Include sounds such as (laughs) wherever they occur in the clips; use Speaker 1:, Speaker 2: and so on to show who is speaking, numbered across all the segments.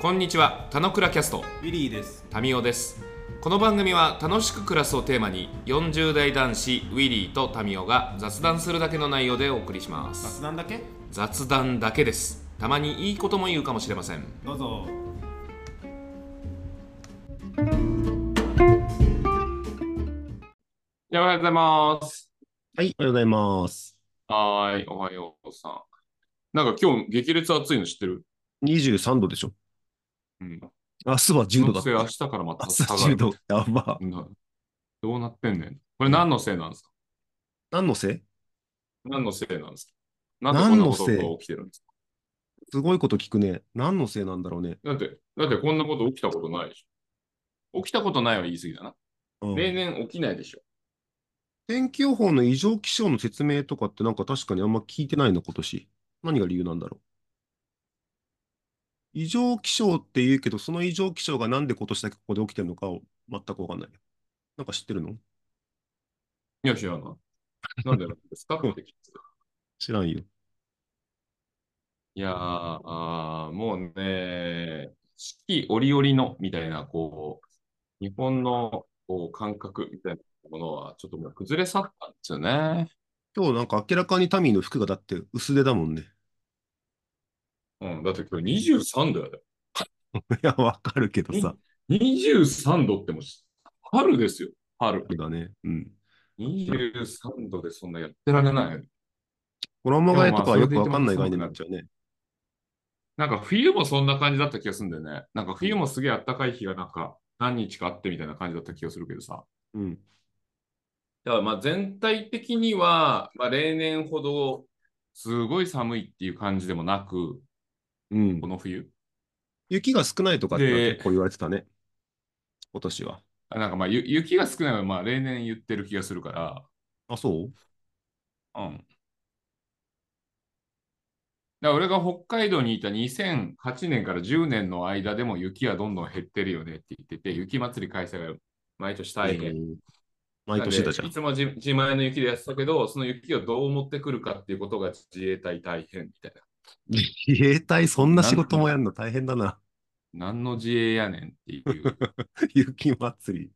Speaker 1: こんにちは、たのくらキャスト、
Speaker 2: ウィリーです。
Speaker 1: タミオです。この番組は楽しく暮らすをテーマに、40代男子ウィリーとタミオが雑談するだけの内容でお送りします。
Speaker 2: 雑談だけ
Speaker 1: 雑談だけです。たまにいいことも言うかもしれません。
Speaker 2: どうぞ。
Speaker 1: おはようございます。
Speaker 3: はい、おはようございます。
Speaker 1: はーい、おはようさん。なんか今日激烈暑いの知ってる
Speaker 3: 23度でしょ。
Speaker 1: うん。
Speaker 3: 明日は10度だっ
Speaker 1: そのく。せ
Speaker 3: た
Speaker 1: 明日からま
Speaker 3: 明
Speaker 1: た
Speaker 3: 日
Speaker 1: 下が
Speaker 3: 10
Speaker 1: る。
Speaker 3: 度。やば。
Speaker 1: うんどうなってんねん。これ何のせいなんですか
Speaker 3: 何のせい
Speaker 1: 何のせいなんですかなんでこんなこと
Speaker 3: 何のせい
Speaker 1: が起きてるんです
Speaker 3: すごいこと聞くね。何のせいなんだろうね。
Speaker 1: かだって、だってこんなこと起きたことないでしょ。起きたことないは言い過ぎだな。
Speaker 3: うん
Speaker 1: 例年起きないでしょ。
Speaker 3: 天気予報の異常気象の説明とかってなんか確かにあんま聞いてないの、今年。何が理由なんだろう。異常気象って言うけど、その異常気象がなんで今年だけここで起きてるのかを全くわかんない。なんか知ってるの
Speaker 1: いや、知らない。なんでなんですかって聞いて
Speaker 3: 知らんよ。
Speaker 1: いやーあーもうね、四季折々のみたいな、こう、日本のこう感覚みたいなものは、ちょっともう崩れ去ったんですよね。
Speaker 3: 今日なんか明らかにタミーの服がだって薄手だもんね。
Speaker 1: うん、だって今日23度やで。
Speaker 3: いや、わかるけどさ。
Speaker 1: 23度ってもう春ですよ、春。
Speaker 3: そうだね。うん。
Speaker 1: 23度でそんなやってられない。
Speaker 3: 衣替えとかはよ
Speaker 1: でも
Speaker 3: くわ
Speaker 1: まあ
Speaker 3: かんない概念になっちゃうね。
Speaker 1: なんか冬もそんな感じだった気がするんだよね。なんか冬もすげえ暖かい日がなんか何日かあってみたいな感じだった気がするけどさ。
Speaker 3: うん。
Speaker 1: だからまあ全体的には、まあ、例年ほどすごい寒いっていう感じでもなく、
Speaker 3: うん
Speaker 1: こ。の冬。
Speaker 3: 雪が少ないとかってのは
Speaker 1: で
Speaker 3: 結構言われてたね。今年は。
Speaker 1: あなんかまあゆ雪が少ないのはまあ例年言ってる気がするか
Speaker 3: あ、そう
Speaker 1: ら。うん。だから俺が北海道にいた2008年から10年の間でも雪はどんどん減ってるよねって言ってて、雪祭り開催が毎年大変。
Speaker 3: うん毎年だじゃ
Speaker 1: なんでい
Speaker 3: ん。
Speaker 1: つも自自前の雪でやってたけど、その雪をどう持ってくるかっていうことが自衛隊大変みたい
Speaker 3: 自衛隊、そんな仕事もやんの大変だな。 (laughs)
Speaker 1: な。何の自衛やねんっていう。
Speaker 3: 雪祭り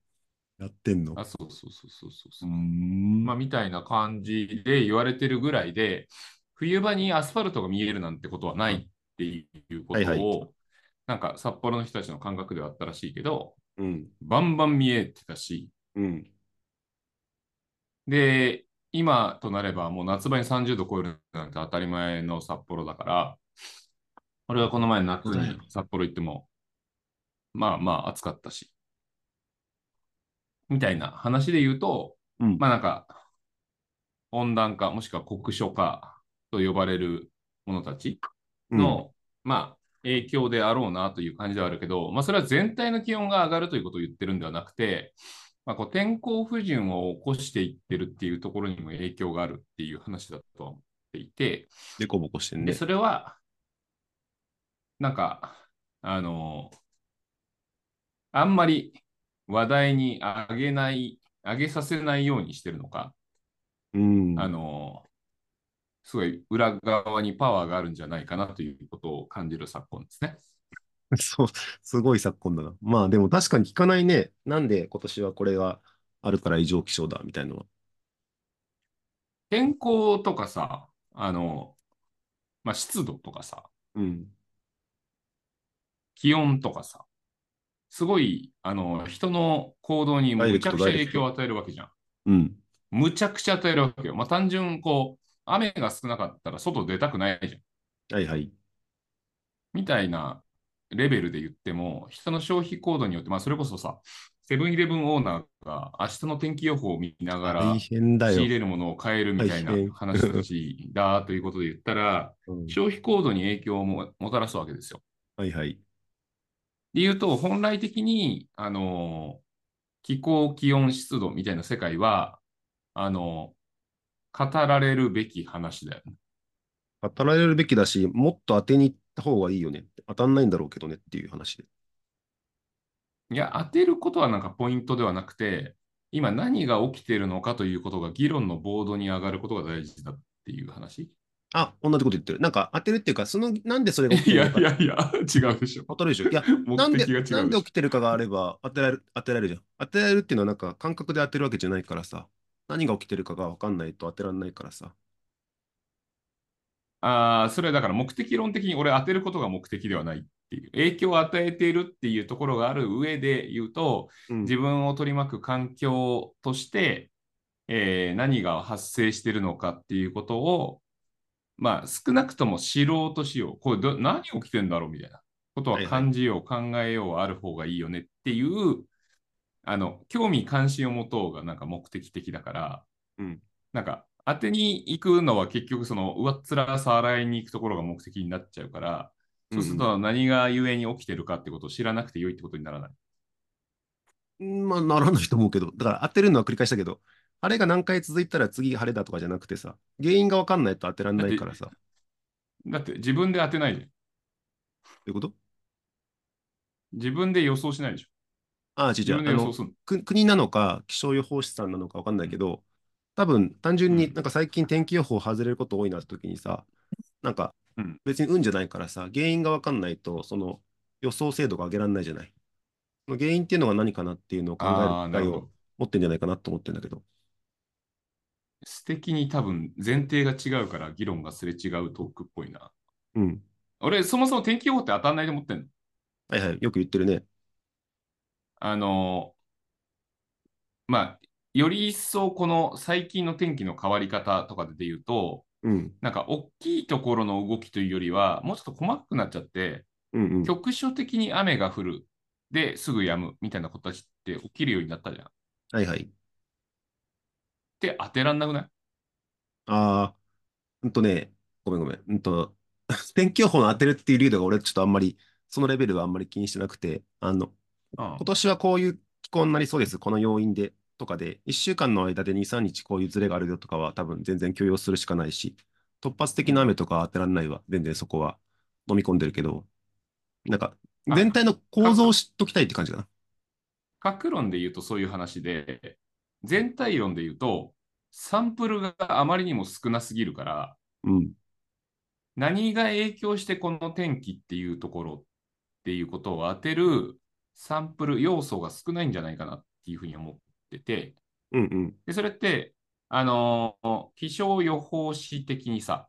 Speaker 3: やってんの。
Speaker 1: あ、そうそうそうそうそうそう。まあ、みたいな感じで言われてるぐらいで、冬場にアスファルトが見えるなんてことはないっていうことを、
Speaker 3: はいは
Speaker 1: なんか札幌の人たちの感覚ではあったらしいけど、
Speaker 3: うん。
Speaker 1: バンバン見えてたし、
Speaker 3: うん。
Speaker 1: で、今となればもう夏場に30度超えるなんて当たり前の札幌だから、俺はこの前夏
Speaker 3: そうだ
Speaker 1: に
Speaker 3: よ
Speaker 1: 札幌行っても、まあまあ暑かったし、みたいな話で言うと、
Speaker 3: うん
Speaker 1: まあなんか、温暖化もしくは酷暑化と呼ばれる者たちの、まあ影響であろうなという感じではあるけど、まあそれは全体の気温が上がるということを言ってるんではなくて、まあ、こう天候不順を起こしていってるっていうところにも影響があるっていう話だとは思っていて、
Speaker 3: でこぼこしてん
Speaker 1: で、
Speaker 3: ね。
Speaker 1: それは、なんか、あの、あんまり話題に上げない、上げさせないようにしてるのか、
Speaker 3: うん。
Speaker 1: あの、すごい裏側にパワーがあるんじゃないかなということを感じる昨今ですね。
Speaker 3: (laughs) そう、すごい昨今だな。まあでも確かに聞かないね。なんで今年はこれがあるから異常気象だみたいなのは。
Speaker 1: 天候とかさ、あの、まあ、湿度とかさ、
Speaker 3: うん。
Speaker 1: 気温とかさ、すごい、あの、人の行動にむちゃくちゃ
Speaker 3: ダイレ
Speaker 1: 影
Speaker 3: クトダイレクト
Speaker 1: 響を与えるわけじゃん。
Speaker 3: うん。
Speaker 1: むちゃくちゃ与えるわけよ。まあ、単純、こう、雨が少なかったら外出たくないじゃん。
Speaker 3: はいはい。
Speaker 1: みたいなレベルで言っても、人の消費行動によって、まあ、それこそさ、セブンイレブンオーナーが明日の天気予報を見ながら
Speaker 3: 大
Speaker 1: 仕
Speaker 3: 変だよ
Speaker 1: 入。れるものを変えるみたいな
Speaker 3: 大変
Speaker 1: 話たちだということで言ったら、
Speaker 3: うん
Speaker 1: 消費行動に影響をももたらすわけですよ。
Speaker 3: はいはい。
Speaker 1: で言うと、本来的に、あの気候、気温、湿度みたいな世界は、あの語られるべき話だよね。
Speaker 3: 働れるべきだし、もっと当てに行った方がいいよね。当たんないんだろうけどねっていう話で。
Speaker 1: いや、当てることはなんかポイントではなくて、今何が起きているのかということが議論のボードに上がることが大事だっていう話。
Speaker 3: あ、同じこと言ってる。なんか当てるっていうか、その、なんでそれが起き
Speaker 1: い
Speaker 3: てる
Speaker 1: や
Speaker 3: の
Speaker 1: い
Speaker 3: か。
Speaker 1: やいや、違うでしょ。
Speaker 3: 当たるでしょ。いや、
Speaker 1: 目
Speaker 3: なんで、
Speaker 1: 的が違うでしょ。
Speaker 3: なんで起きてるかがあれば当てられる、当てられるじゃん。当てられるっていうのはなんか感覚で当てるわけじゃないからさ。何が起きてるかが分かんないと当てられないからさ。
Speaker 1: ああ、それはだから目的論的に俺当てることが目的ではないっていう、影響を与えているっていうところがある上で言うと、
Speaker 3: うん
Speaker 1: 自分を取り巻く環境として、えー何が発生しているのかっていうことを、まあ少なくとも知ろうとしよう。これど、何起きてんだろうみたいなことは感じよう、考えよう、ある方がいいよねっていう、あの、興味関心を持とうがなんか目的的だから、
Speaker 3: うん
Speaker 1: なんか、当てに行くのは結局、その、上っ面さらいに行くところが目的になっちゃうから、そうすると何が故に起きてるかってことを知らなくて良いってことにならない。
Speaker 3: うん、まあ、ならないと思うけど。だから当てるのは繰り返したけど、晴れが何回続いたら次晴れだとかじゃなくてさ、原因が分かんないと当てられないからさ。ど
Speaker 1: だって自分で当てないじゃん。
Speaker 3: ういうこと
Speaker 1: 自分で予想しないでしょ。
Speaker 3: ああ、違う違
Speaker 1: 自
Speaker 3: う
Speaker 1: 分で
Speaker 3: あ
Speaker 1: 予
Speaker 3: の
Speaker 1: 想、するの。
Speaker 3: く国なのか、気象予報士さんなのか分かんないけど、多分単純
Speaker 1: う
Speaker 3: に
Speaker 1: ん
Speaker 3: なんか最近天気予報外れること多いなって時にさ、なんか
Speaker 1: うん
Speaker 3: 別に運じゃないからさ、原因が分かんないと、その予想精度が上げられないじゃない。その原因っていうのが何かなっていうのを考える
Speaker 1: ああ、
Speaker 3: 機
Speaker 1: な
Speaker 3: 会
Speaker 1: るほ
Speaker 3: を
Speaker 1: ど。
Speaker 3: 持ってんじゃないかなと思ってんだけど。
Speaker 1: 素敵に多分前提が違うから議論がすれ違うトークっぽいな。
Speaker 3: うん。
Speaker 1: 俺、そもそも天気予報って当たんないと思ってんの。
Speaker 3: はいはい、よく言ってるね。
Speaker 1: あの、まあ、より一層この最近の天気の変わり方とかで言うと、
Speaker 3: うん。
Speaker 1: なんか大きいところの動きというよりは、もうちょっと細かくなっちゃって、
Speaker 3: うんうん。
Speaker 1: 局所的に雨が降る、ですぐ止むみたいなことって起きるようになったじゃん。っ
Speaker 3: はいはい。
Speaker 1: て当てらんなくない
Speaker 3: ああ、うんとね、ごめんごめん。うんと、 (laughs) 天気予報の当てるっていう理由が俺ちょっとあんまり、そのレベルはあんまり気にしてなくて、あの、
Speaker 1: うん
Speaker 3: 今年はこういう気候になりそうです、この要因でとかで、1週間の間で2、3日こういうズレがあるよとかは、多分全然許容するしかないし、突発的な雨とかは当てられないわ、全然そこは飲み込んでるけど、なんか、全体の構造を知っときたいって感じかな。
Speaker 1: 各論で言うとそういう話で、全体論で言うと、サンプルがあまりにも少なすぎるから、
Speaker 3: うん。
Speaker 1: 何が影響してこの天気っていうところっていうことを当てるサンプル要素が少ないんじゃないかなっていうふうに思ってて、
Speaker 3: うんうん。
Speaker 1: で、それって、あのー気象予報士的にさ、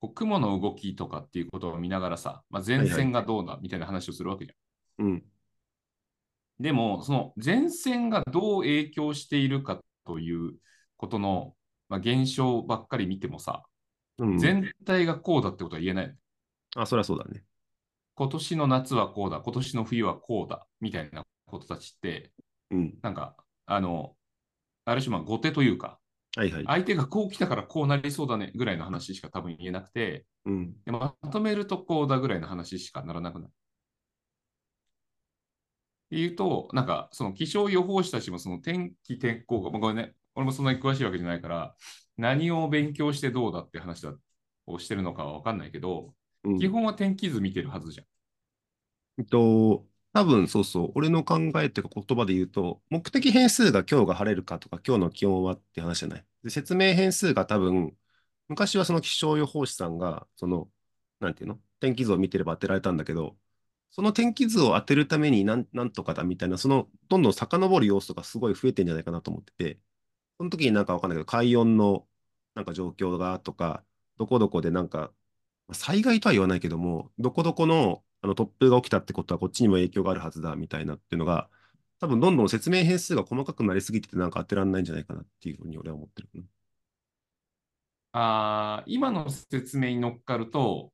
Speaker 1: こう雲の動きとかっていうことを見ながらさ、まあ、前線がどうだみたいな話をするわけじゃん。
Speaker 3: うん。
Speaker 1: でも、その前線がどう影響しているかということの、まあ、現象ばっかり見てもさ、
Speaker 3: うん。
Speaker 1: 全体がこうだってことは言えない。
Speaker 3: あ、そりゃそうだね。
Speaker 1: 今年の夏はこうだ、今年の冬はこうだみたいなことたちって、
Speaker 3: うん。
Speaker 1: なんか、あの、ある種、まあ後手というか、
Speaker 3: はいはい。
Speaker 1: 相手がこう来たからこうなりそうだねぐらいの話しか多分言えなくて、
Speaker 3: うん。
Speaker 1: でまとめるとこうだぐらいの話しかならなくなる。っていうと、なんかその気象予報士たちもその天気天候が、まあ、ごめんね、俺もそんなに詳しいわけじゃないから、何を勉強してどうだって話だをしてるのかは分かんないけど、
Speaker 3: うん
Speaker 1: 基本は天気図見てるはずじゃん。
Speaker 3: えっと、多分そうそう、俺の考えっていうか言葉で言うと、目的変数が今日が晴れるかとか、今日の気温はって話じゃない。で、説明変数が多分、昔はその気象予報士さんが、その、なんていうの天気図を見てれば当てられたんだけど、その天気図を当てるためになん、なんとかだみたいな、その、どんどん遡る要素がすごい増えてんじゃないかなと思ってて、その時になんかわかんないけど、海温のなんか状況がとか、どこどこでなんか、まあ災害とは言わないけども、どこどこの、あの突風が起きたってことはこっちにも影響があるはずだみたいなっていうのが、多分どんどん説明変数が細かくなりすぎててなんか当てられないんじゃないかなっていうふうに俺は思ってるかな。
Speaker 1: あー今の説明に乗っかると、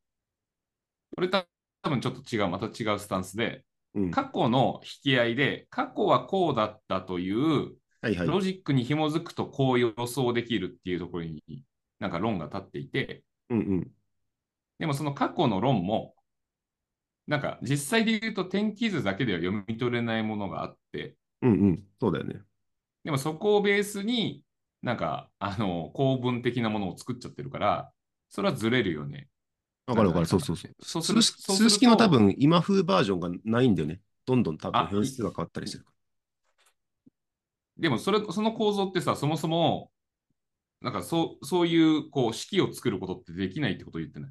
Speaker 1: これ多分ちょっと違う、また違うスタンスで、
Speaker 3: うん。
Speaker 1: 過去の引き合いで、過去はこうだったという
Speaker 3: はいはい。
Speaker 1: ロジックに紐づくとこう予想できるっていうところになんか論が立っていて、
Speaker 3: うんうん。
Speaker 1: でもその過去の論も、なんか実際で言うと天気図だけでは読み取れないものがあって、
Speaker 3: うんうん。そうだよね。
Speaker 1: でもそこをベースになんかあの構文的なものを作っちゃってるから、それはずれるよね。
Speaker 3: わかるわかる。そうそうそう。
Speaker 1: そうす
Speaker 3: 数
Speaker 1: る
Speaker 3: 式
Speaker 1: そうすると
Speaker 3: 数式の多分今風バージョンがないんだよね。どんどん多分
Speaker 1: あ
Speaker 3: 変数が変わったりしてるか
Speaker 1: でもそれ、その構造ってさ、そもそもなんかそうそういうこう式を作ることってできないってことを言ってない。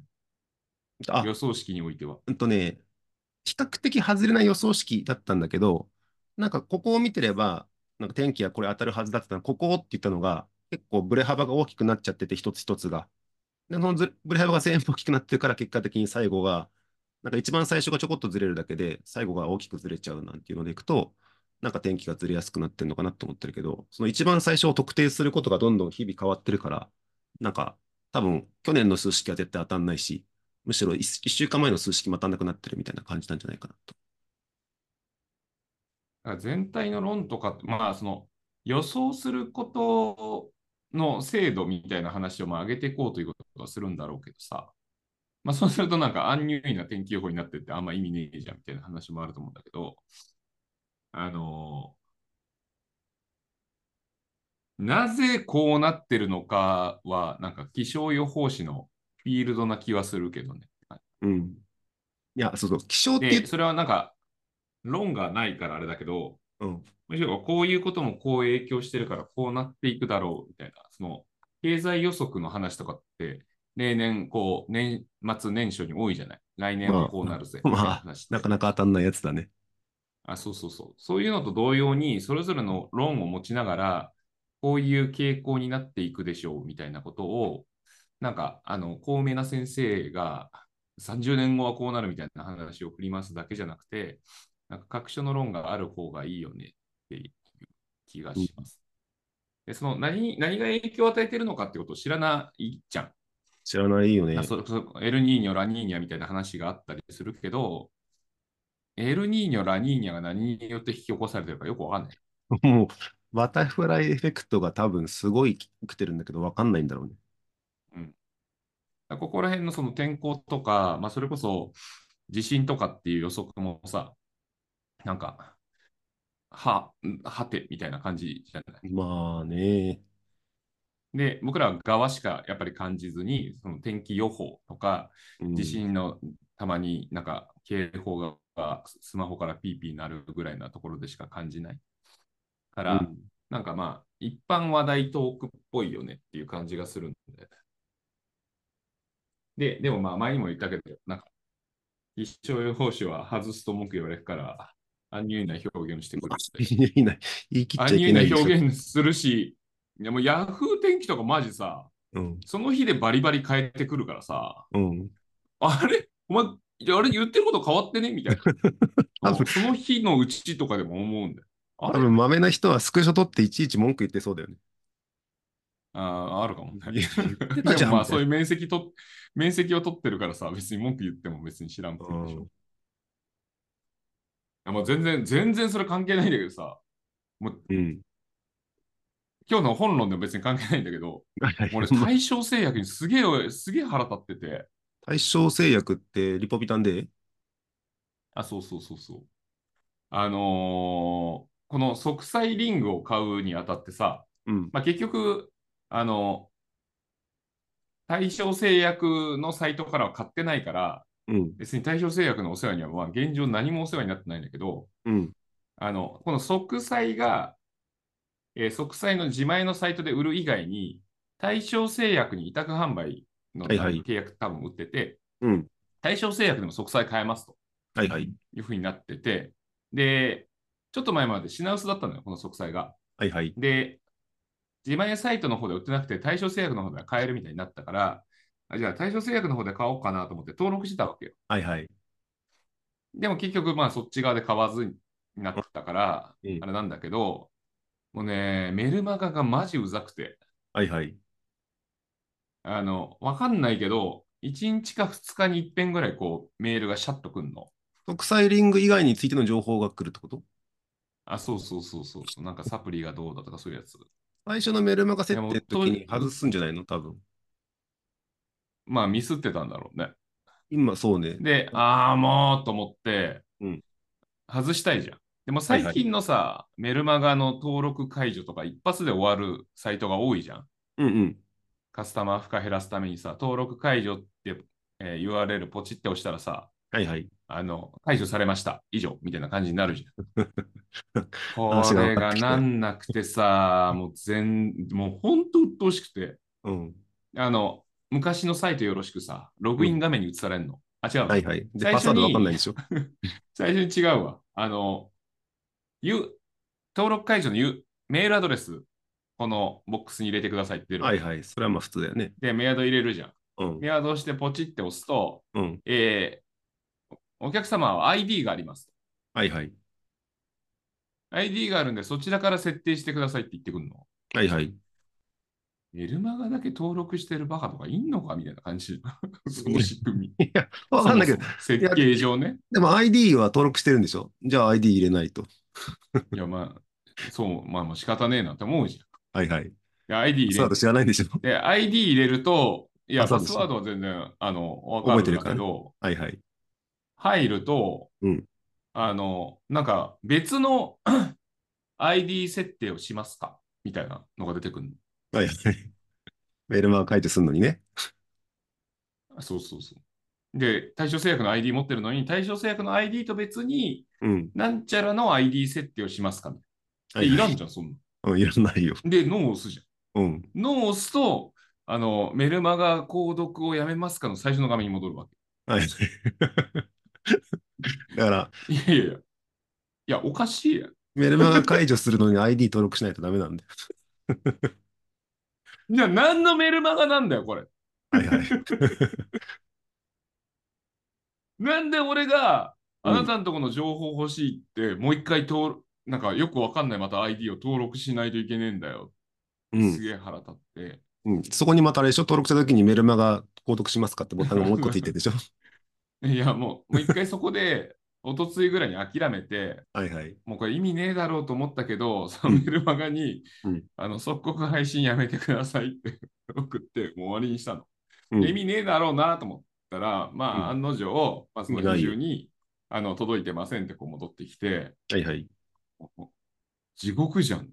Speaker 3: あ、
Speaker 1: 予想式においては。
Speaker 3: うんとね、比較的外れない予想式だったんだけど、なんかここを見てれば、なんか天気がこれ当たるはずだったの、ここって言ったのが、結構ブレ幅が大きくなっちゃってて、一つ一つが。で、そのずブレ幅が全部大きくなってるから、結果的に最後が、なんか一番最初がちょこっとずれるだけで、最後が大きくずれちゃうなんていうのでいくと、なんか天気がずれやすくなってるのかなと思ってるけど、その一番最初を特定することがどんどん日々変わってるから、なんか多分去年の数式は絶対当たんないし、むしろ 1, 週間前の数式も当たんなくなってるみたいな感じなんじゃないかなと。
Speaker 1: だから全体の論とかって、まあ、その予想することの精度みたいな話をまあ上げていこうということはするんだろうけどさ、まあ、そうするとなんかアンニュイな天気予報になってってあんま意味ねえじゃんみたいな話もあると思うんだけど、あのーなぜこうなってるのかは、なんか気象予報士のフィールドな気はするけどね。
Speaker 3: うん。いや、そうそう、気象って言
Speaker 1: で、
Speaker 3: う
Speaker 1: それはなんか論がないからあれだけど、
Speaker 3: うん、
Speaker 1: むしろこういうこともこう影響してるからこうなっていくだろうみたいな、その経済予測の話とかって、例年こう、年末年初に多いじゃない。来年はこうなるぜ。
Speaker 3: まあ
Speaker 1: みたいな話って
Speaker 3: なかなか当たんないやつだね。
Speaker 1: あ、そうそうそう。そういうのと同様に、それぞれの論を持ちながら、こういう傾向になっていくでしょうみたいなことを、なんか、あの、高名な先生が30年後はこうなるみたいな話を振り回すだけじゃなくて、なんか各所の論がある方がいいよねっていう気がします。で、その何、何が影響を与えてるのかってことを知らないじゃん。
Speaker 3: 知らないよね。
Speaker 1: あそそエルニーニョ、ラニーニャみたいな話があったりするけど、エルニーニョ、ラニーニャが何によって引き起こされてるかよくわかんない。
Speaker 3: (laughs) もう、バタフライエフェクトが多分すごい来てるんだけど、わかんないんだろうね。
Speaker 1: ここら辺のその天候とか、まあ、それこそ地震とかっていう予測もさ、なんか、は、はてみたいな感じじゃない。
Speaker 3: まあね。
Speaker 1: で、僕らは側しかやっぱり感じずに、その天気予報とか、
Speaker 3: うん
Speaker 1: 地震のたまになんか警報がスマホからピーピーなるぐらいなところでしか感じないから、
Speaker 3: うん
Speaker 1: なんかまあ一般話題トークっぽいよねっていう感じがするんで。で、でもまあ前にも言ったけど、なんか一生予報士は外すと文句言われるから、安入な表現してくる
Speaker 3: (laughs)
Speaker 1: し。
Speaker 3: 言いない。言い切っちゃ
Speaker 1: 安
Speaker 3: い
Speaker 1: 入
Speaker 3: け
Speaker 1: な
Speaker 3: ないでしょ。
Speaker 1: 表現するし、いやもうヤフー天気とかマジさ、
Speaker 3: (laughs) うん。
Speaker 1: その日でバリバリ変えてくるからさ、
Speaker 3: うん。
Speaker 1: あれお前、いやあれ言ってること変わってねみたいな。
Speaker 3: (laughs) 多分
Speaker 1: その日のうちとかでも思うんだよ。あ
Speaker 3: 多
Speaker 1: れ
Speaker 3: 分、まめな人はスクショ取っていちいち文句言ってそうだよね。
Speaker 1: あーあるかもね。
Speaker 3: いや言ってたじ
Speaker 1: で
Speaker 3: ゃん
Speaker 1: もまあ
Speaker 3: みたい
Speaker 1: そうい
Speaker 3: な
Speaker 1: う面積と面積を取ってるからさ、別に文句言っても別に知らんことでし
Speaker 3: う
Speaker 1: ょ
Speaker 3: ん。
Speaker 1: あもう全然、全然それ関係ないんだけどさ、もう
Speaker 3: うん。
Speaker 1: 今日の本論でも別に関係ないんだけど、
Speaker 3: (laughs)
Speaker 1: 俺、対象制約にすげえ、すげえ腹立ってて、
Speaker 3: 対象制約ってリポビタンで
Speaker 1: あ、そうそうそうそう。あのーこの即歳リングを買うにあたってさ、
Speaker 3: うん。
Speaker 1: まあ、結局、あの、対象製薬のサイトからは買ってないから、
Speaker 3: うん。
Speaker 1: 別に対象製薬のお世話には、まあ、現状何もお世話になってないんだけど、
Speaker 3: うん。
Speaker 1: あの、この即債が、えー即債の自前のサイトで売る以外に、対象製薬に委託販売の
Speaker 3: はいはい
Speaker 1: 契約多分売ってて、
Speaker 3: うん。
Speaker 1: 対象製薬でも即債買えますと
Speaker 3: はいはい。
Speaker 1: いうふうになってて、で、ちょっと前まで品薄だったのよ、この即債が。
Speaker 3: はいはい。
Speaker 1: で、自前サイトの方で売ってなくて、対象製薬の方では買えるみたいになったから、あじゃあ対象製薬の方で買おうかなと思って登録してたわけよ。
Speaker 3: はいはい。
Speaker 1: でも結局、まあそっち側で買わずになったから
Speaker 3: うん、
Speaker 1: あれなんだけど、もうね、メルマガがマジうざくて、
Speaker 3: はいはい。
Speaker 1: あの、わかんないけど、1日か2日に一遍ぐらいこうメールがシャッとくんの。
Speaker 3: 特裁リング以外についての情報が来るってこと
Speaker 1: あ、そうそうそうそうそう、なんかサプリがどうだとかそういうやつ。
Speaker 3: 最初のメルマガ設定の時
Speaker 1: い
Speaker 3: に
Speaker 1: やもう
Speaker 3: 外すんじゃないの多分。
Speaker 1: まあミスってたんだろうね。
Speaker 3: 今、そうね。
Speaker 1: で、ああ、もうと思って、
Speaker 3: うん
Speaker 1: 外したいじゃん。でも最近のさ、メルマガの登録解除とか一発で終わるサイトが多いじゃん。
Speaker 3: うんうん。
Speaker 1: カスタマー負荷減らすためにさ、登録解除って、えー URL ポチって押したらさ、
Speaker 3: はいはい。
Speaker 1: あの、解除されました。以上、みたいな感じになるじゃん。
Speaker 3: (laughs)
Speaker 1: こ
Speaker 3: 話が
Speaker 1: れ
Speaker 3: 分か
Speaker 1: が
Speaker 3: ってきた
Speaker 1: なんなくてさ、もう全、もう本当鬱陶しくて、
Speaker 3: うん。
Speaker 1: あの、昔のサイトよろしくさ、ログイン画面に映されんの。あ、違うの、
Speaker 3: はいはい。で、
Speaker 1: 最初に
Speaker 3: パスワードわかんないでしょ。
Speaker 1: 最初に違うわ。あの、ゆ登録解除のゆメールアドレス、このボックスに入れてくださいって出る
Speaker 3: はいはい。それはまあ普通だよね。
Speaker 1: で、メアド入れるじゃん。
Speaker 3: うん。
Speaker 1: メアドしてポチって押すと、
Speaker 3: うん。
Speaker 1: えーおお客様は ID があります。
Speaker 3: はいはい。
Speaker 1: ID があるんで、そちらから設定してくださいって言ってくるの。
Speaker 3: はいはい。
Speaker 1: メルマガだけ登録してるバカとかいんのかみたいな感
Speaker 3: (laughs)
Speaker 1: じ。その仕組み。
Speaker 3: いや、わかんないけど
Speaker 1: そ、もそも設計上ね。
Speaker 3: でも ID は登録してるんでしょじゃあ ID 入れないと。
Speaker 1: いや、まあ、そう、まあ、もう仕方ねえなって思うじゃん。い
Speaker 3: はいはい。
Speaker 1: や ID 入
Speaker 3: そ
Speaker 1: れ
Speaker 3: うだと知らないんでしょ
Speaker 1: で、ID 入れると、いや、
Speaker 3: あそう
Speaker 1: パ
Speaker 3: です
Speaker 1: スワードは全然、あの、わかるんだ
Speaker 3: 覚え
Speaker 1: け
Speaker 3: てる
Speaker 1: ど、
Speaker 3: はいはい。
Speaker 1: 入ると、
Speaker 3: うん
Speaker 1: あの、なんか別の (clears throat) ID 設定をしますかみたいなのが出てくる
Speaker 3: はいはい。メールマー解除するのにね。
Speaker 1: の。そうそうそう。で、対象制約の ID 持ってるのに、対象制約の ID と別に、
Speaker 3: うん。
Speaker 1: なんちゃらの ID 設定をしますかみた
Speaker 3: はい
Speaker 1: な。
Speaker 3: い
Speaker 1: でいら
Speaker 3: は
Speaker 1: ん
Speaker 3: い。
Speaker 1: じゃん、そん
Speaker 3: うん、いらないよ。
Speaker 1: な。で、ノーを押すじゃん。
Speaker 3: うん。
Speaker 1: ノーを押すと、あの、メルマガ購読をやめますかの最初の画面に戻るわけ。
Speaker 3: はいはい。 (laughs) だから、
Speaker 1: いやいやいや。いや、おかしいやん
Speaker 3: メルマガ解除するのに ID 登録しないとダメなんで。
Speaker 1: じゃあ何のメルマガなんだよ、これ。
Speaker 3: はいはい。
Speaker 1: なんで俺が、
Speaker 3: うん
Speaker 1: あなたのとこの情報欲しいって、もう一回登録、なんかよくわかんないまた ID を登録しないといけねえんだよ。
Speaker 3: う
Speaker 1: す
Speaker 3: ん。
Speaker 1: げえ腹立って。
Speaker 3: うん、そこにまたあれでしょ登録した時にメルマガ購読しますかってボタンがもう一個ついてるでしょ
Speaker 1: いや、もう、もう一回そこで、 (laughs) おとついぐらいに諦めて、
Speaker 3: (laughs) はいはい。
Speaker 1: もうこれ意味ねえだろうと思ったけど、そのメルマガに、
Speaker 3: うん
Speaker 1: あの、即刻配信やめてくださいって (laughs) 送って、もう終わりにしたの。
Speaker 3: うん
Speaker 1: 意味ねえだろうなと思ったら、
Speaker 3: う
Speaker 1: ま
Speaker 3: ん
Speaker 1: あ、案の定、まあ、その
Speaker 3: 意味な
Speaker 1: 日
Speaker 3: いよ
Speaker 1: 中に、あの、届いてませんってこう戻ってきて、
Speaker 3: はいはい。
Speaker 1: 地獄じゃん。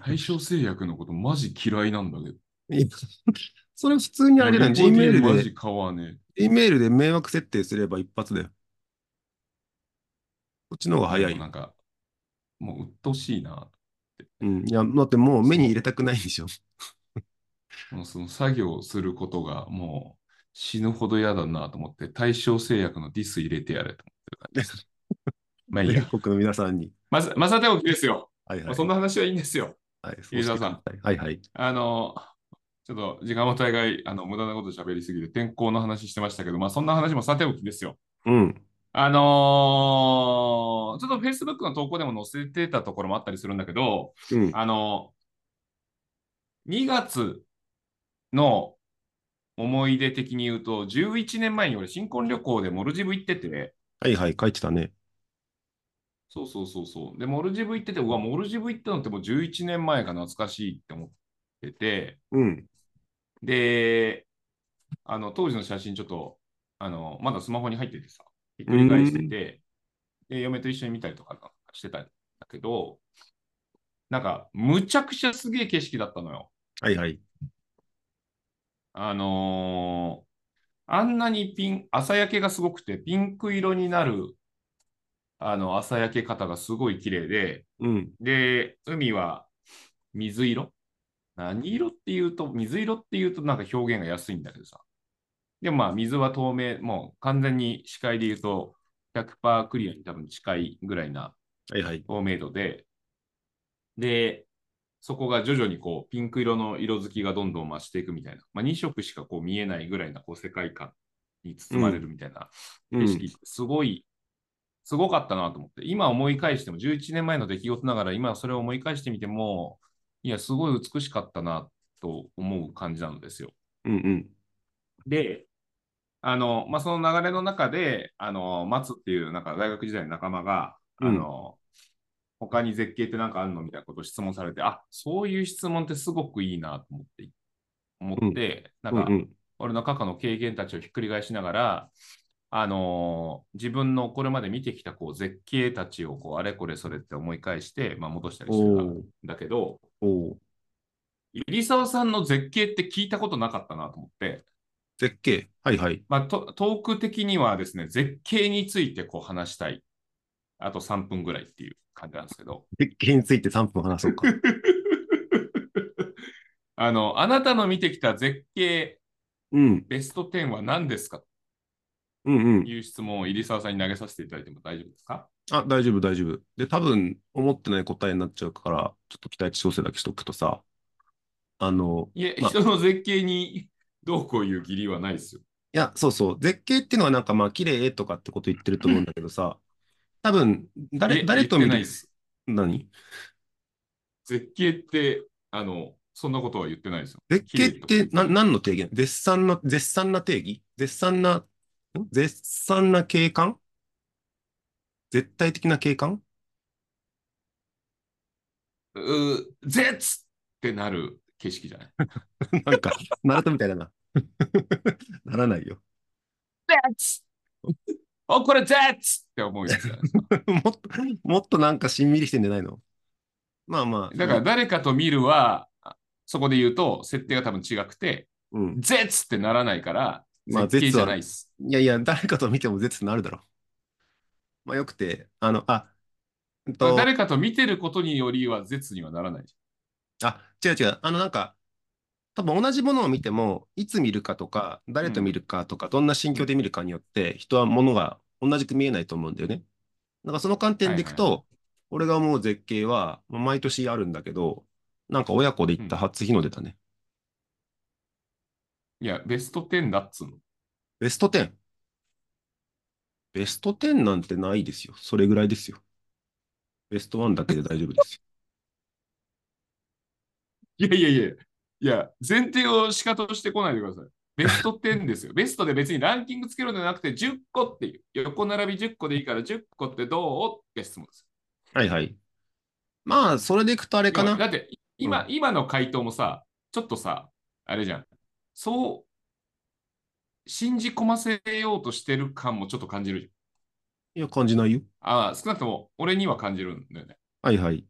Speaker 1: 対象制約のことマジ嫌いなんだけど。
Speaker 3: いやそれ普通にあれだよ。
Speaker 1: 俺個人
Speaker 3: Gmail
Speaker 1: マ
Speaker 3: で
Speaker 1: ジ買わね
Speaker 3: Gmail で迷惑設定すれば一発だよ。こっちの
Speaker 1: え。
Speaker 3: 方が早い。
Speaker 1: なんか、もう鬱陶しいな。
Speaker 3: うん。いや、だってもう目に入れたくないでしょ。
Speaker 1: もうその作業することがもう死ぬほど嫌だなと思って、対象制約のディス入れてやれと思ってる
Speaker 3: (laughs)
Speaker 1: 感じ。まあいい
Speaker 3: 全
Speaker 1: や。
Speaker 3: 国の皆さんに。
Speaker 1: まさ、まさておきですよ。
Speaker 3: はいはい。
Speaker 1: まあそんな話はいいんですよ。
Speaker 3: はい、
Speaker 1: 飯沢さん
Speaker 3: ん。はいはい。
Speaker 1: あの、ちょっと時間も大概、あの、無駄なこと喋りすぎて、天候の話してましたけど、まあそんな話もさておきですよ。
Speaker 3: うん。
Speaker 1: あのーちょっと Facebook の投稿でも載せてたところもあったりするんだけど、
Speaker 3: うん。
Speaker 1: あの2月の思い出的に言うと、11年前に俺、新婚旅行でモルジブ行ってて、
Speaker 3: はいはい。書いてたね。
Speaker 1: そうそうそうそう。で、モルジブ行ってて、うわ、モルジブ行ったのってもう11年前が懐かしいって思ってて、
Speaker 3: うん。
Speaker 1: で、あの、当時の写真ちょっと、あの、まだスマホに入っててさ、ひっくり返してて、で、嫁と一緒に見たりとかなんかしてたんだけど、なんか、むちゃくちゃすげえ景色だったのよ。
Speaker 3: はいはい。
Speaker 1: あのーあんなにピン、朝焼けがすごくて、ピンク色になる、あの、朝焼け方がすごい綺麗で、
Speaker 3: うん。
Speaker 1: で、海は水色何色っていうと、水色っていうとなんか表現が安いんだけどさ。でもまあ水は透明、もう完全に視界で言うと100%クリアに多分近いぐらいな
Speaker 3: はいはい。
Speaker 1: 透明度で、で、そこが徐々にこうピンク色の色づきがどんどん増していくみたいな、まあ、2色しかこう見えないぐらいなこう世界観に包まれるみたいな
Speaker 3: うん
Speaker 1: 景色ってすごい、すごかったなと思って、今思い返しても、11年前の出来事ながら、今それを思い返してみても、いや、すごい美しかったなと思う感じなんですよ。
Speaker 3: うんうん。
Speaker 1: で、あの、まあ、その流れの中で、あの、松っていう、なんか大学時代の仲間が、
Speaker 3: うん
Speaker 1: あの、他に絶景ってなんかあるのみたいなことを質問されて、あ、そういう質問ってすごくいいなと思って、思って、なんか
Speaker 3: うん、うん。
Speaker 1: 俺の過去の経験たちをひっくり返しながら、あのー自分のこれまで見てきたこう絶景たちをこうあれこれそれって思い返して、まあ、戻したりしてた
Speaker 3: お
Speaker 1: ん
Speaker 3: ー
Speaker 1: だけど、
Speaker 3: おー。
Speaker 1: 入澤さんの絶景って聞いたことなかったなと思って、
Speaker 3: 絶景。はいはい。
Speaker 1: まあ、とトーク的にはですね、絶景についてこう話したい。あと3分ぐらいっていう感じなんですけど。
Speaker 3: 絶景について3分話そうか。
Speaker 1: あの、あなたの見てきた絶景
Speaker 3: (laughs) うん。
Speaker 1: ベスト10は何ですか
Speaker 3: うんうん
Speaker 1: と。いう質問を入澤さんに投げさせていただいても大丈夫ですか
Speaker 3: あ、大丈夫、大丈夫。で、多分、思ってない答えになっちゃうから、ちょっと期待値調整だけしとくとさ、あの、
Speaker 1: いえ、
Speaker 3: まあ
Speaker 1: 人の絶景に (laughs) どうこういう義理はないですよ。
Speaker 3: いや、そうそう、絶景っていうのはなんかまあ、綺麗とかってこと言ってると思うんだけどさ、多分、
Speaker 1: い
Speaker 3: 誰、
Speaker 1: え
Speaker 3: 誰と
Speaker 1: 言
Speaker 3: 見
Speaker 1: ってない
Speaker 3: る
Speaker 1: で、す。
Speaker 3: 何
Speaker 1: 絶景って、あの、そんなことは言ってないですよ。
Speaker 3: 絶景っ
Speaker 1: 綺麗
Speaker 3: てな、何の定義絶賛の、絶賛な定義絶賛な、ん絶賛な景観絶対的な景観
Speaker 1: うー絶ってなる景色じゃない。
Speaker 3: なんか、ナルトみたいだな。 (laughs) ならないよ。
Speaker 1: 絶 (laughs) お、これ絶って思うやつじゃないですか。
Speaker 3: もっと、もっとなんかしんみりしてんじゃないのまあまあ、
Speaker 1: だから誰かと見るは、あそこで言うと、設定が多分違くて、
Speaker 3: うん。
Speaker 1: 絶ってならないから、
Speaker 3: まあ
Speaker 1: 絶景
Speaker 3: 絶
Speaker 1: じ
Speaker 3: は
Speaker 1: ゃないです。
Speaker 3: いやいや、誰かと見ても絶になるだろう。まあよくて、あの、あ、うんと、
Speaker 1: 誰かと見てることによりは絶にはならない。
Speaker 3: あ、違う違う、あのなんか、多分同じものを見ても、いつ見るかとか、誰と見るかとか、どんな心境で見るかによって、人はものが同じく見えないと思うんだよね。なんかその観点でいく
Speaker 1: はい
Speaker 3: と、俺が思う絶景は、まあ毎年あるんだけど、なんか親子で行った初日の出だね。
Speaker 1: いや、ベスト10だっつうの。
Speaker 3: ベスト10。ベスト10なんてないですよ。それぐらいですよ。ベスト1だけで大丈夫ですよ。
Speaker 1: (laughs) いやいやいや、いや、前提をしかとしてこないでください。ベスト10ですよ。ベ (laughs) ストで別にランキングつけるんじゃなくて10個っていう。横並び10個でいいから10個ってどうって質問です。
Speaker 3: はいはい。まあ、それでいくとあれか
Speaker 1: いやだ
Speaker 3: な。
Speaker 1: って今、
Speaker 3: う
Speaker 1: 今の回答もさ、ちょっとさ、あれじゃん。そう、信じ込ませようとしてる感もちょっと感じるじ
Speaker 3: いや、感じないよ。
Speaker 1: ゃん。ああ、少なくとも俺には感じるんだよね。
Speaker 3: はいはい。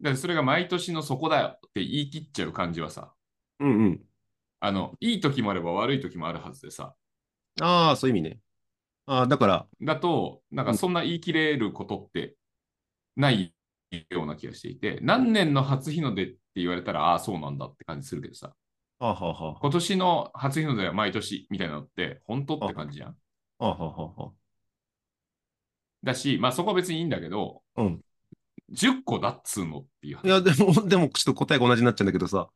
Speaker 1: だからそれが毎年のそこだよって言い切っちゃう感じはさ、
Speaker 3: うんうん。
Speaker 1: あの、いい時もあれば悪い時もあるはずでさ、
Speaker 3: ああ、そういう意味ね。ああ、だから、
Speaker 1: だと、なんかそんな言い切れることってないような気がしていて、何年の初日の出って言われたら、ああ、そうなんだって感じするけどさ、
Speaker 3: はあはあは
Speaker 1: 今年の初日の出は毎年みたいなのって、本当って感じじゃん。
Speaker 3: あはあはあは
Speaker 1: だし、まあそこは別にいいんだけど、
Speaker 3: あ。うん。
Speaker 1: 10個だっつうのっていう
Speaker 3: い
Speaker 1: 話。
Speaker 3: や、でも、 (laughs) でも、ちょっと答えが同じになっちゃうんだけどさ。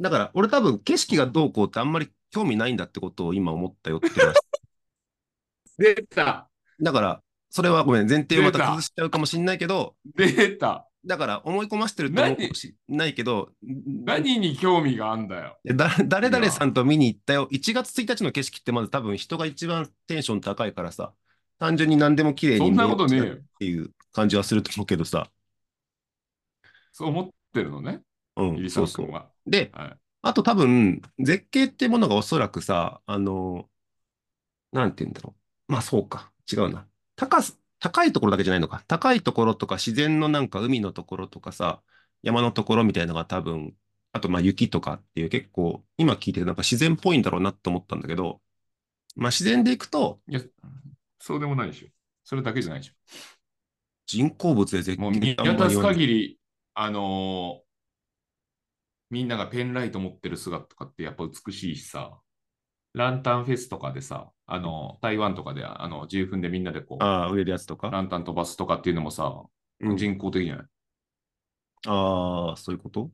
Speaker 3: だから、俺多分、景色がどうこうってあんまり興味ないんだってことを今思ったよって (laughs) 話。
Speaker 1: 出た
Speaker 3: だから、それはごめん、前提をまた崩しちゃうかもしんないけど、
Speaker 1: 出た
Speaker 3: だから、思い込ませてるって思うかもしんないけど、
Speaker 1: 何に興味があんだよ。
Speaker 3: だ誰々さんと見に行ったよ。1月1日の景色ってまず多分人が一番テンション高いからさ、単純に何でも綺麗
Speaker 1: そ
Speaker 3: に
Speaker 1: ん
Speaker 3: 見え
Speaker 1: なことねえよ
Speaker 3: る。っていう感じはすると思うけどさ。
Speaker 1: そう思ってるのね、
Speaker 3: う
Speaker 1: 入
Speaker 3: ん、
Speaker 1: 澤
Speaker 3: そうそ
Speaker 1: 君
Speaker 3: う。
Speaker 1: は。
Speaker 3: で、
Speaker 1: はい、
Speaker 3: あと多分、絶景ってものがおそらくさ、あの、なんて言うんだろう。まあそうか、違うな。高す、高いところだけじゃないのか。高いところとか自然のなんか海のところとかさ、山のところみたいなのが多分、あとまあ雪とかっていう結構、今聞いててなんか自然っぽいんだろうなと思ったんだけど、まあ自然でいくと、
Speaker 1: いや、そうでもないでしょ。それだけじゃないでしょ。
Speaker 3: 人工物で絶
Speaker 1: もう
Speaker 3: 景
Speaker 1: 見
Speaker 3: あんま
Speaker 1: 渡
Speaker 3: り
Speaker 1: す
Speaker 3: 言わない
Speaker 1: 限り、あのーみんながペンライト持ってる姿とかってやっぱ美しいしさ、ランタンフェスとかでさ、あのー台湾とかで、あの、自由分でみんなでこう、
Speaker 3: ああ、売れるやつとか。
Speaker 1: ランタン飛ばすとかっていうのもさ、
Speaker 3: うん
Speaker 1: 人工的じゃない。 (laughs)
Speaker 3: ああ、そういうこと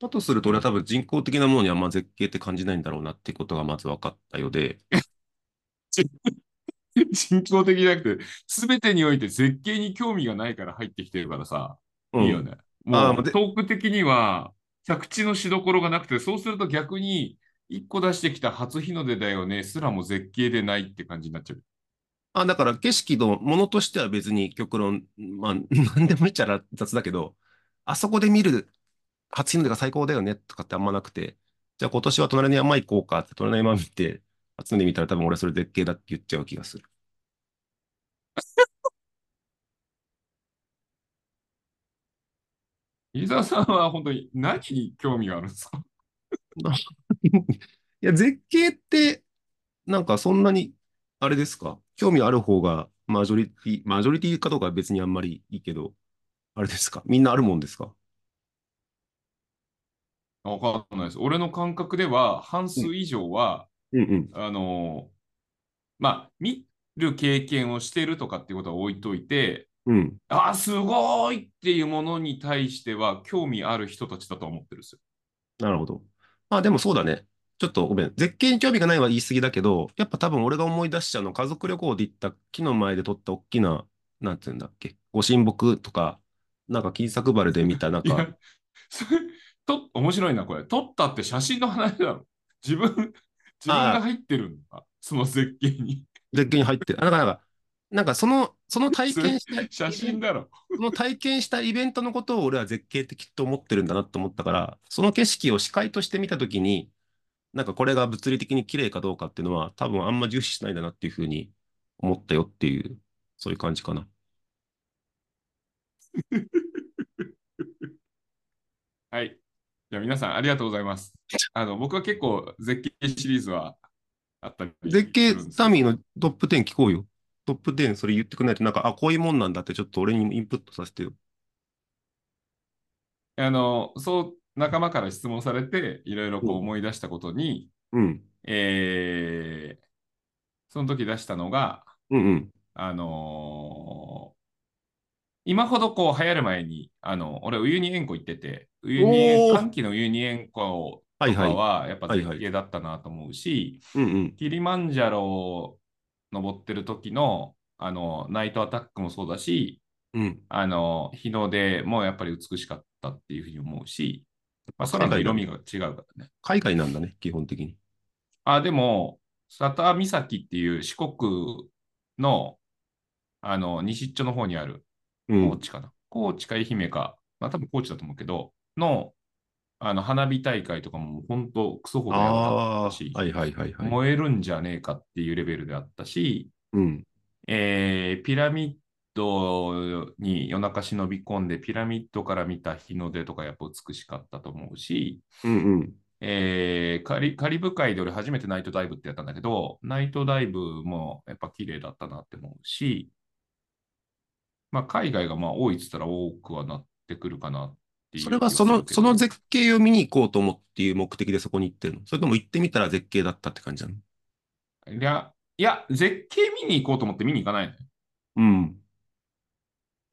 Speaker 3: だとすると、俺は多分人工的なものにはあんま絶景って感じないんだろうなってことがまず分かったようで、
Speaker 1: 人工的じゃなくて、すべてにおいて絶景に興味がないから入ってきてるからさ、
Speaker 3: うん
Speaker 1: いいよね。
Speaker 3: あ
Speaker 1: も
Speaker 3: ーまあ
Speaker 1: う、
Speaker 3: で
Speaker 1: トーク的には、着地のしどころがなくて、そうすると逆に、一個出してきた初日の出だよね、すらも絶景でないって感じになっちゃう。
Speaker 3: あ、だから景色のものとしては別に極論、まあ、 (laughs) なんでもいいっちゃ雑だけど、あそこで見る初日の出が最高だよねとかってあんまなくて、じゃあ今年は隣の山行こうかって隣の山見て、初日の出見たら多分俺それ絶景だって言っちゃう気がする。
Speaker 1: 伊沢さんは本当に何に興味があるんですか
Speaker 3: いや、絶景って、なんかそんなに、あれですか興味ある方がマジョリティ、マジョリティかどうかは別にあんまりいいけど、あれですかみんなあるもんですか
Speaker 1: (laughs) わかんないです。俺の感覚では、半数以上は、
Speaker 3: うんうん。
Speaker 1: あのーまあ、見る経験をしてるとかっていうことは置いといて、
Speaker 3: うん。
Speaker 1: ああ、すごいっていうものに対しては、興味ある人たちだと思ってるんですよ。
Speaker 3: なるほど。まあでもそうだね。ちょっとごめん。絶景に興味がないは言い過ぎだけど、やっぱ多分俺が思い出しちゃうの、家族旅行で行った木の前で撮った大きな、なんていうんだっけ、ご神木とか、なんか金作原で見た、なん
Speaker 1: いや
Speaker 3: か、、
Speaker 1: それ、と、面白いな、これ。撮ったって写真の (laughs) 話だろ。自分、自分が入ってるんだ。その絶景に。
Speaker 3: 絶景に入ってる。あなんか、なんか、なんかその、その体験したい
Speaker 1: 写真だろ。
Speaker 3: その体験したイベントのことを俺は絶景ってきっと思ってるんだなと思ったから、その景色を視界として見たときに、なんかこれが物理的に綺麗かどうかっていうのは、多分あんま重視しないんだなっていうふうに思ったよっていう、そういう感じかな。
Speaker 1: はい。じゃあ皆さんありがとうございます。あの僕は結構絶景シリーズはあったりする
Speaker 3: 絶
Speaker 1: んですけ
Speaker 3: 景、
Speaker 1: ど。
Speaker 3: サミーのトップ10聞こうよ。トップ10それ言ってくれないと、なんか、あ、こういうもんなんだってちょっと俺にもインプットさせてよ。
Speaker 1: あの、そう、仲間から質問されて、いろいろこう思い出したことに、
Speaker 3: うん。
Speaker 1: えー、その時出したのが、
Speaker 3: うんうん。
Speaker 1: あのー今ほどこう流行る前に、あの、俺、ウユニ塩湖行ってて、ウユニ塩
Speaker 3: おー
Speaker 1: 寒気のウユニ塩湖
Speaker 3: は
Speaker 1: と
Speaker 3: い
Speaker 1: か
Speaker 3: はい。
Speaker 1: は、やっぱ
Speaker 3: はい
Speaker 1: 絶
Speaker 3: はい
Speaker 1: 景だったなと思うし、
Speaker 3: うんうん。
Speaker 1: キリマンジャロ登ってる時の、あの、ナイトアタックもそうだし、
Speaker 3: うん。
Speaker 1: あの、日の出もやっぱり美しかったっていうふうに思うし、まあ、空の
Speaker 3: 海
Speaker 1: 色
Speaker 3: 外
Speaker 1: 味が違うからね。
Speaker 3: 海外なんだね、基本的に。
Speaker 1: あ、でも、佐田岬っていう四国の、あの、西っちょの方にある、
Speaker 3: う
Speaker 1: 高
Speaker 3: ん。
Speaker 1: 知かな。高知か愛媛か、まあ多分高知だと思うけど、の、あの、花火大会とかも本当クソほどやばか
Speaker 3: あ
Speaker 1: ったし、
Speaker 3: あ、はいはいはいはい。
Speaker 1: 燃えるんじゃねえかっていうレベルであったし、
Speaker 3: うん。
Speaker 1: えーピラミッドに夜中忍び込んで、ピラミッドから見た日の出とかやっぱ美しかったと思うし、
Speaker 3: うんうん。
Speaker 1: えーカリ、カリブ海で俺初めてナイトダイブってやったんだけど、ナイトダイブもやっぱ綺麗だったなって思うし、まあ、海外がまあ多いっつったら多くはなってくるかなっていう
Speaker 3: それはその、
Speaker 1: 気がす
Speaker 3: そ
Speaker 1: るけど
Speaker 3: の絶景を見に行こうと思うっていう目的でそこに行ってるのそれとも行ってみたら絶景だったって感じなの
Speaker 1: いや、いや、絶景見に行こうと思って見に行かないのよ
Speaker 3: うん。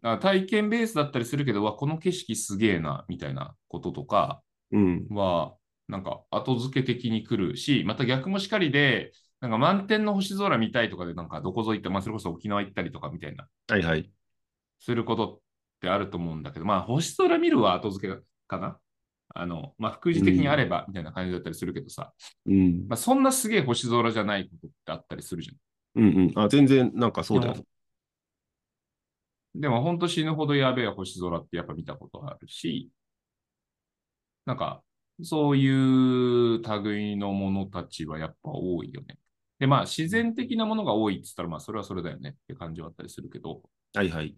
Speaker 1: だから体験ベースだったりするけど、うわこの景色すげえな、みたいなこととか、
Speaker 3: うん。
Speaker 1: は、なんか後付け的に来るし、また逆もしかりで、なんか満天の星空見たいとかで、なんかどこぞ行った、まあ、それこそ沖縄行ったりとかみたいな、
Speaker 3: はいはい。
Speaker 1: することってあると思うんだけど、まあ、星空見るは後付けかな。あの、まあ、副次的にあればみたいな感じだったりするけどさ、
Speaker 3: うん。
Speaker 1: まあ、そんなすげえ星空じゃないことってあったりするじゃん。
Speaker 3: うんうん。あ、全然なんかそうだよ
Speaker 1: で。もでも本当死ぬほどやべえ星空ってやっぱ見たことあるし、なんか、そういう類のものたちはやっぱ多いよね。で、まあ自然的なものが多いって言ったら、まあそれはそれだよねって感じはあったりするけど、
Speaker 3: はいはい。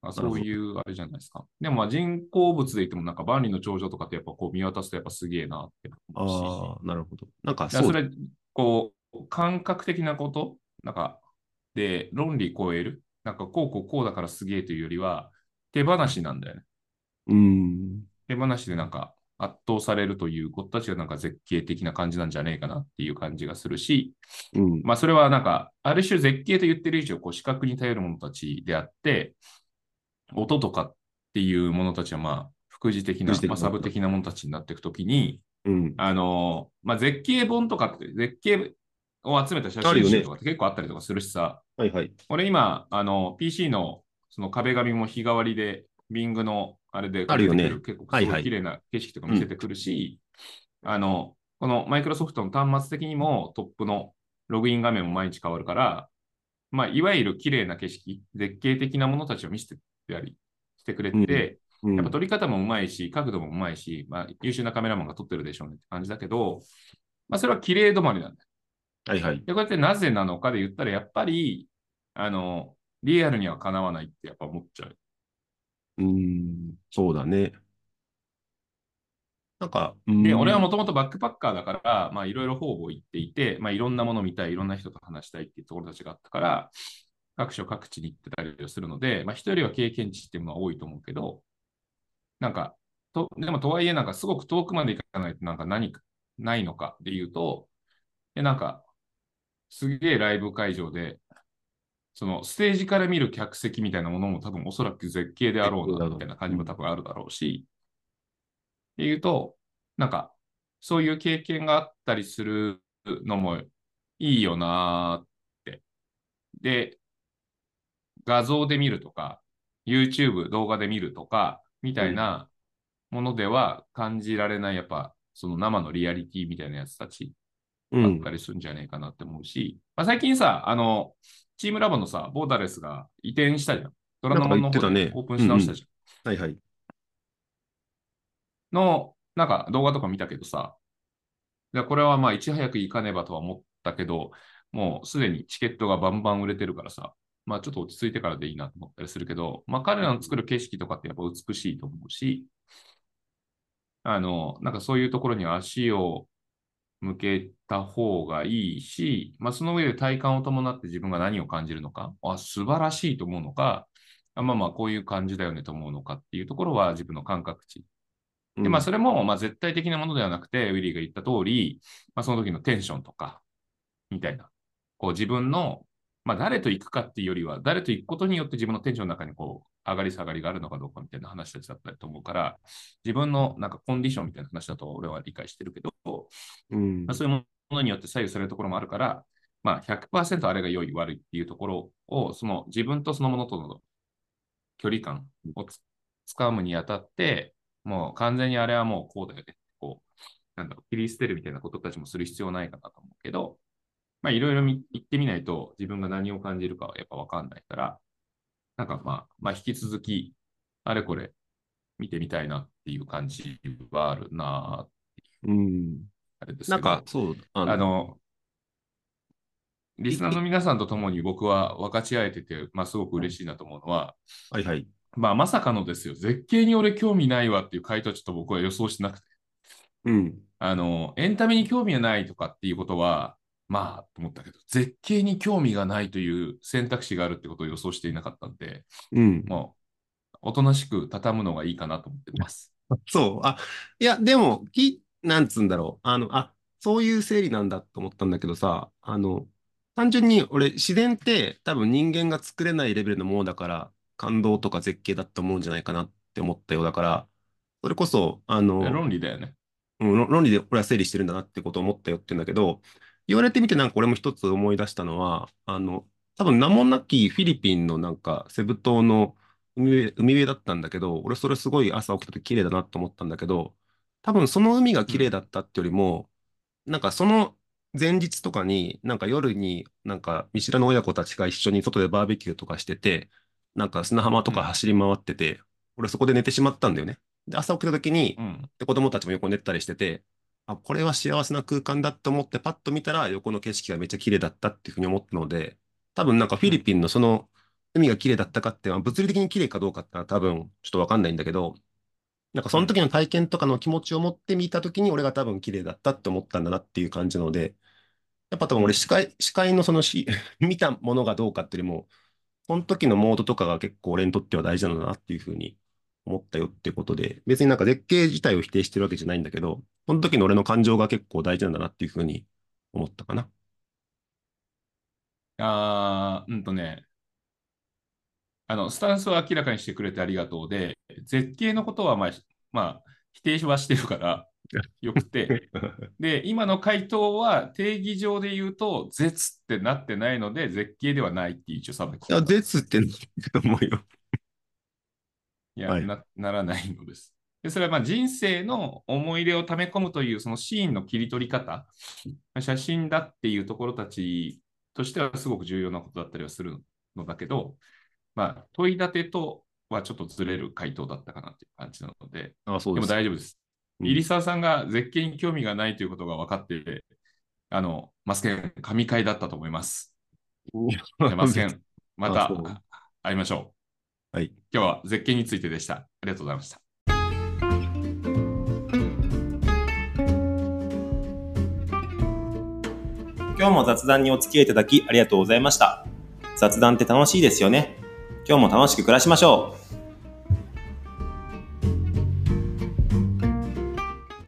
Speaker 1: まあ、
Speaker 3: なるほ
Speaker 1: そう
Speaker 3: ど
Speaker 1: いうあれじゃないですか。でもまあ人工物で言ってもなんか万里の長城とかってやっぱこう見渡すとやっぱすげえなって思うし。
Speaker 3: ああ、なるほど。なんか
Speaker 1: だから
Speaker 3: そ
Speaker 1: そう
Speaker 3: だ。
Speaker 1: れ、こう、感覚的なこと、なんか、で、論理超える、なんか、こうこうこうだからすげえというよりは、手放しなんだよね。
Speaker 3: うん。
Speaker 1: 手放しでなんか、圧倒されるということたちがなんか絶景的な感じなんじゃねえかなっていう感じがするし、
Speaker 3: うん。
Speaker 1: まあそれはなんか、ある種絶景と言ってる以上、こう視覚に頼るものたちであって、音とかっていうものたちはまあ、副次的な、
Speaker 3: 副次的
Speaker 1: ま
Speaker 3: な
Speaker 1: あ、サブ的なものたちになっていくときに、
Speaker 3: うん。
Speaker 1: あのーまあ、絶景本とかって、絶景を集めた写
Speaker 3: ある
Speaker 1: 真
Speaker 3: よね
Speaker 1: 集とかって結構あったりとかするしさ、
Speaker 3: はいはい。
Speaker 1: 俺今、あの、PC のその壁紙も日替わりで、ビングのあれで
Speaker 3: あるよね
Speaker 1: 借りてく結構
Speaker 3: は
Speaker 1: す
Speaker 3: い
Speaker 1: ご
Speaker 3: はい
Speaker 1: い綺麗な景色とか見せてくるし、あの、このマイクロソフトの端末的にもトップのログイン画面も毎日変わるから、まあ、いわゆる綺麗な景色、絶景的なものたちを見せてたりしてくれて、
Speaker 3: うんうん
Speaker 1: やっぱ撮り方もうまいし、角度もうまいし、まあ、優秀なカメラマンが撮ってるでしょうねって感じだけど、まあ、それは綺麗止まりなんだよ。
Speaker 3: はいはい。
Speaker 1: で、こうやってなぜなのかで言ったら、やっぱり、あの、リアルにはかなわないってやっぱ思っちゃう。
Speaker 3: うん。そうだね。なんか、
Speaker 1: で、俺は
Speaker 3: も
Speaker 1: もともとバックパッカーだから、まあいろいろ方々行っていて、まあいろんなもの見たい、いろんな人と話したいっていうところたちがあったから、各所各地に行ってたりをするので、まあ人よりは経験値っていうのは多いと思うけど、なんか、とでもとはいえ、なんかすごく遠くまで行かないと、なんか何かないのかで言うと、えなんか、すげえライブ会場で、そのステージから見る客席みたいなものも多分おそらく絶景であろうなみたいな感じも多分あるだろうし、っていうと、なんか、そういう経験があったりするのもいいよなーって。で、画像で見るとか、YouTube 動画で見るとか、みたいなものでは感じられない、やっぱ、その生のリアリティみたいなやつたち
Speaker 3: う
Speaker 1: だ
Speaker 3: ん
Speaker 1: っ、たりするんじゃねえかなって思うし、まあ、最近さ、あの、チームラボのさ、ボーダレスが移転したじゃん。ドラノマンの方
Speaker 3: なんか言って
Speaker 1: で
Speaker 3: たね
Speaker 1: オープンし直したじゃん。
Speaker 3: はいはい。
Speaker 1: の、なんか動画とか見たけどさ、いやこれはまあいち早く行かねばとは思ったけど、もうすでにチケットがバンバン売れてるからさ、まあちょっと落ち着いてからでいいなと思ったりするけど、まあ彼らの作る景色とかってやっぱ美しいと思うし、あの、なんかそういうところに足を向けた方がいいし、まあその上で体感を伴って自分が何を感じるのか、あ、素晴らしいと思うのか、あまあまあこういう感じだよねと思うのかっていうところは自分の感覚値
Speaker 3: うん
Speaker 1: で、まあ、それも、まあ、絶対的なものではなくて、ウィリーが言った通り、まあ、その時のテンションとか、みたいな、こう、自分の、まあ、誰と行くかっていうよりは、誰と行くことによって自分のテンションの中に、こう、上がり下がりがあるのかどうかみたいな話たちだったりと思うから、自分の、なんか、コンディションみたいな話だと、俺は理解してるけど、
Speaker 3: うん
Speaker 1: まあ、そういうものによって左右されるところもあるから、まあ、100%あれが良い、悪いっていうところを、その自分とそのものとの距離感をつ掴むにあたって、もう完全にあれはもうこうだよね。こう、なんだろう、切り捨てるみたいなことたちもする必要ないかなと思うけど、まあ、いろいろみ言ってみないと自分が何を感じるかはやっぱわかんないから、なんかまあ、まあ、引き続き、あれこれ見てみたいなっていう感じはあるな
Speaker 3: うん
Speaker 1: あれですけ
Speaker 3: な
Speaker 1: ど。
Speaker 3: んか、そう、あの
Speaker 1: あの、リスナーの皆さんと共に僕は分かち合えてて、まあ、すごく嬉しいなと思うのは、
Speaker 3: はいはい。
Speaker 1: まあ、まさかのですよ、絶景に俺興味ないわっていう回答はちょっと僕は予想してなくて、
Speaker 3: うん。
Speaker 1: あの、エンタメに興味がないとかっていうことは、まあ、と思ったけど、絶景に興味がないという選択肢があるってことを予想していなかったんで、
Speaker 3: うん。
Speaker 1: もう、おとなしく畳むのがいいかなと思ってます。
Speaker 3: そう。あ、いや、でも、き、なんつうんだろう。あの、あ、そういう整理なんだと思ったんだけどさ、あの、単純に俺、自然って多分人間が作れないレベルのものだから、感動とか絶景だと思うんじゃないかなって思ったようだから、それこそ、あの、
Speaker 1: 論理だよね。
Speaker 3: うん、論論理で俺は整理してるんだなってことを思ったよって言うんだけど、言われてみてなんか俺も一つ思い出したのは、あの、多分名もなきフィリピンのなんかセブ島の海辺、海辺だったんだけど、俺それすごい朝起きた時綺麗だなと思ったんだけど、多分その海が綺麗だったってよりも、なんかその前日とかに、なんか夜になんか見知らぬ親子たちが一緒に外でバーベキューとかしてて、なんか砂浜とか走り回ってて、俺そこで寝てしまったんだよね。で、朝起きた時に、
Speaker 1: うん。
Speaker 3: で、子供たちも横に寝てたりしてて、あ、これは幸せな空間だと思って、パッと見たら横の景色がめっちゃ綺麗だったっていうふうに思ったので、多分なんかフィリピンのその海が綺麗だったかっていうのは、物理的に綺麗かどうかってのは多分ちょっとわかんないんだけど、なんかその時の体験とかの気持ちを持って見た時に、俺が多分綺麗だったって思ったんだなっていう感じなので、やっぱ多分俺視界、視界のそのし (laughs) 見たものがどうかっていうよりも、その時のモードとかが結構俺にとっては大事なんだなっていうふうに思ったよってことで、別になんか絶景自体を否定してるわけじゃないんだけど、その時の俺の感情が結構大事なんだなっていうふうに思った (laughs) かな。
Speaker 1: あーうんとね、あの、スタンスを明らかにしてくれてありがとうで、絶景のことは、まあ、まあ、否定はしてるから、よくて。で、今の回答は定義上で言うと、絶ってなってないので、絶景ではないって一応さばき
Speaker 3: いや、絶ってなんだと思うよ。
Speaker 1: いや、
Speaker 3: はい
Speaker 1: な、ならないのです。で、それはまあ人生の思い入れを溜め込むという、そのシーンの切り取り方、写真だっていうところたちとしてはすごく重要なことだったりはするのだけど、まあ、問い立てとはちょっとずれる回答だったかなっていう感じなので、
Speaker 3: あ、そう
Speaker 1: で
Speaker 3: で
Speaker 1: も
Speaker 3: す。
Speaker 1: 大丈夫です。
Speaker 3: うん
Speaker 1: 入澤さんが絶景に興味がないということが分かって、あの、マスケン、神回だったと思います。じゃあマスケン、ま
Speaker 3: あ
Speaker 1: た
Speaker 3: そう
Speaker 1: 会いましょう。
Speaker 3: はい。
Speaker 1: 今日は絶景についてでした。ありがとうございました。
Speaker 3: (laughs) 今日も雑談にお付き合いいただきありがとうございました。雑談って楽しいですよね。今日も楽しく暮らしましょう。